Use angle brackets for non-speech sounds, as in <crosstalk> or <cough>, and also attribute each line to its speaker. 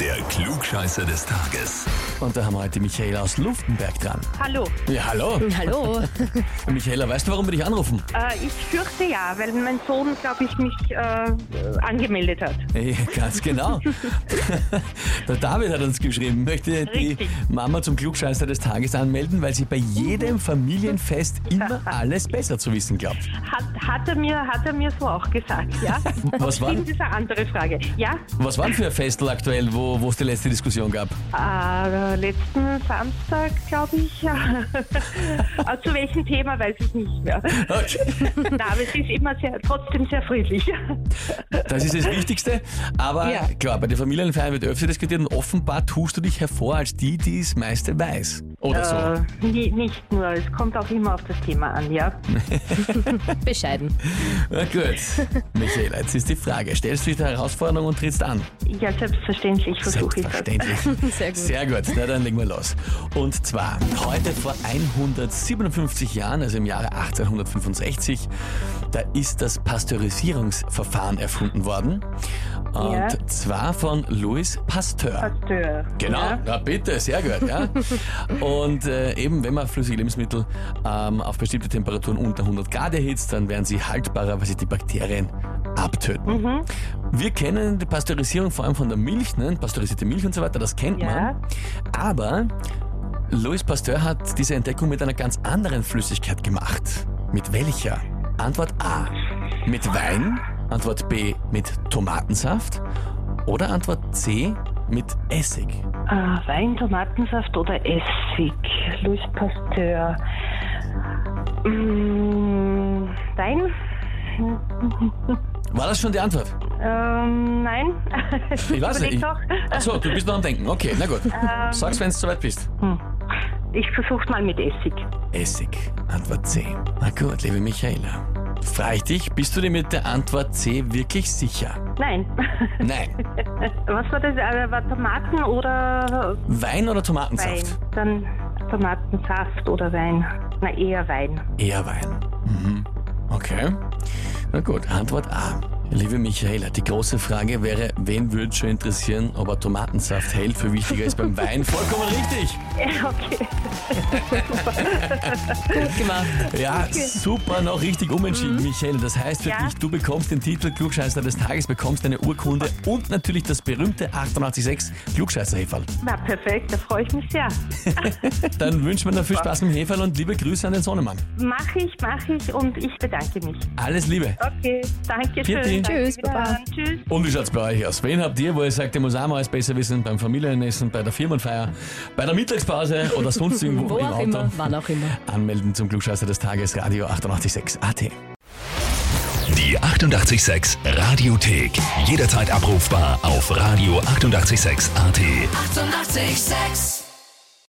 Speaker 1: Der Klugscheißer des Tages.
Speaker 2: Und da haben wir heute Michaela aus Luftenberg dran.
Speaker 3: Hallo.
Speaker 2: Ja, hallo.
Speaker 4: Hallo.
Speaker 2: <laughs> Michaela, weißt du, warum wir dich anrufen?
Speaker 3: Äh, ich fürchte ja, weil mein Sohn, glaube ich, mich äh, angemeldet hat.
Speaker 2: Ja, ganz genau. Der David hat uns geschrieben, möchte die
Speaker 3: Richtig.
Speaker 2: Mama zum Klugscheißer des Tages anmelden, weil sie bei jedem Familienfest immer alles besser zu wissen glaubt.
Speaker 3: Hat, hat, er mir, hat er mir so auch gesagt, ja?
Speaker 2: <laughs> Was war,
Speaker 3: Das ist eine andere Frage. Ja,
Speaker 2: was war denn für ein Festel aktuell, wo wo es die letzte Diskussion gab?
Speaker 3: äh, letzten Samstag, glaube ich. <laughs> ja. Äh, Zu welchem Thema weiß ich nicht mehr. <laughs>
Speaker 2: Okay.
Speaker 3: Na, aber es ist immer sehr, trotzdem sehr friedlich. Äh,
Speaker 2: Das ist das Wichtigste. Aber
Speaker 3: Ja.
Speaker 2: klar, bei den Familienfeiern wird öfter diskutiert und offenbar tust du dich hervor als die, die das meiste weiß. Oder so.
Speaker 3: Äh, nie- nicht nur, es kommt auch immer auf das Thema an, ja?
Speaker 4: Bescheiden.
Speaker 2: Na
Speaker 3: <laughs>
Speaker 2: gut. Michaela, jetzt ist die Frage. Stellst du dich der Herausforderung und trittst an?
Speaker 3: Ja, selbstverständlich versuche ich das.
Speaker 2: Selbstverständlich.
Speaker 3: <laughs>
Speaker 4: Sehr gut.
Speaker 2: Sehr gut, na dann legen wir los. Und zwar, heute vor 157 Jahren, also im Jahre 1865, da ist das Pasteurisierungsverfahren erfunden worden. Und
Speaker 3: Ja.
Speaker 2: zwar von Louis Pasteur.
Speaker 3: Pasteur.
Speaker 2: Genau,
Speaker 3: Ja?
Speaker 2: na bitte, sehr gut.
Speaker 3: <laughs>
Speaker 2: Ja. Und äh, eben, wenn man flüssige Lebensmittel ähm, auf bestimmte Temperaturen unter 100 Grad erhitzt, dann werden sie haltbarer, weil sie die Bakterien abtöten.
Speaker 3: Mhm.
Speaker 2: Wir kennen die Pasteurisierung vor allem von der Milch, ne? pasteurisierte Milch und so weiter, das kennt
Speaker 3: Ja.
Speaker 2: man. Aber Louis Pasteur hat diese Entdeckung mit einer ganz anderen Flüssigkeit gemacht. Mit welcher? Antwort A. Mit Wein. Antwort B. Mit Tomatensaft. Oder Antwort C. Mit Essig.
Speaker 3: Ah, Wein, Tomatensaft oder Essig? Louis Pasteur. Mm, Wein?
Speaker 2: War das schon die Antwort?
Speaker 3: Ähm, nein.
Speaker 2: Ich weiß
Speaker 3: Überleg
Speaker 2: nicht.
Speaker 3: Doch. Ähm.
Speaker 2: Achso, du bist noch am Denken. Okay, na gut. Sag's, wenn du soweit bist.
Speaker 3: Ich versuch's mal mit Essig.
Speaker 2: Essig, Antwort C. Na gut, liebe Michaela. Frage ich dich, bist du dir mit der Antwort C wirklich sicher?
Speaker 3: Nein. <laughs>
Speaker 2: Nein.
Speaker 3: Was war das? Äh, War Tomaten oder
Speaker 2: Wein oder
Speaker 3: Wein?
Speaker 2: Tomatensaft?
Speaker 3: Dann Tomatensaft oder Wein. Na, eher Wein. <laughs>
Speaker 2: Eher Wein. Mhm. Okay. Na gut, Antwort A. Liebe Michaela, die große Frage wäre, wen würde schon interessieren, ob er Tomatensaft hält für wichtiger ist beim
Speaker 3: <laughs>
Speaker 2: Wein? Vollkommen richtig.
Speaker 3: Ja, Okay.
Speaker 4: Gut gemacht.
Speaker 2: Ja, super, noch richtig
Speaker 4: Mhm.
Speaker 2: umentschieden, Michael. Das heißt für
Speaker 3: Ja.
Speaker 2: dich, du bekommst den Titel Klugscheißer des Tages, bekommst eine Urkunde und natürlich das berühmte 886 klugscheißer -Heferl.
Speaker 3: Na, perfekt. Da freue ich mich sehr.
Speaker 2: Dann wünschen wir noch viel Spaß mit dem Heferl und liebe Grüße an den Sohnemann.
Speaker 3: Mach ich, mach ich und ich bedanke mich.
Speaker 2: Alles Liebe.
Speaker 3: Okay, danke
Speaker 2: Vierte.
Speaker 3: schön. Danke,
Speaker 4: Tschüss,
Speaker 3: wiederhören.
Speaker 4: Baba.
Speaker 3: Tschüss.
Speaker 2: Und wie schaut's bei euch aus? Wen habt ihr, wo ihr sagt, ihr muss auch mal alles besser wissen, beim Familienessen, bei der Firmenfeier, bei der Mittagspause oder sonst irgendwo
Speaker 4: <laughs> Wo
Speaker 2: im
Speaker 4: auch
Speaker 2: Auto?
Speaker 4: immer, wann auch immer.
Speaker 2: Anmelden zum Klugscheißer des Tages, Radio 886 AT.
Speaker 1: Die 88,6 Radiothek. Jederzeit abrufbar auf radio886.at. 88,6.
Speaker 4: 886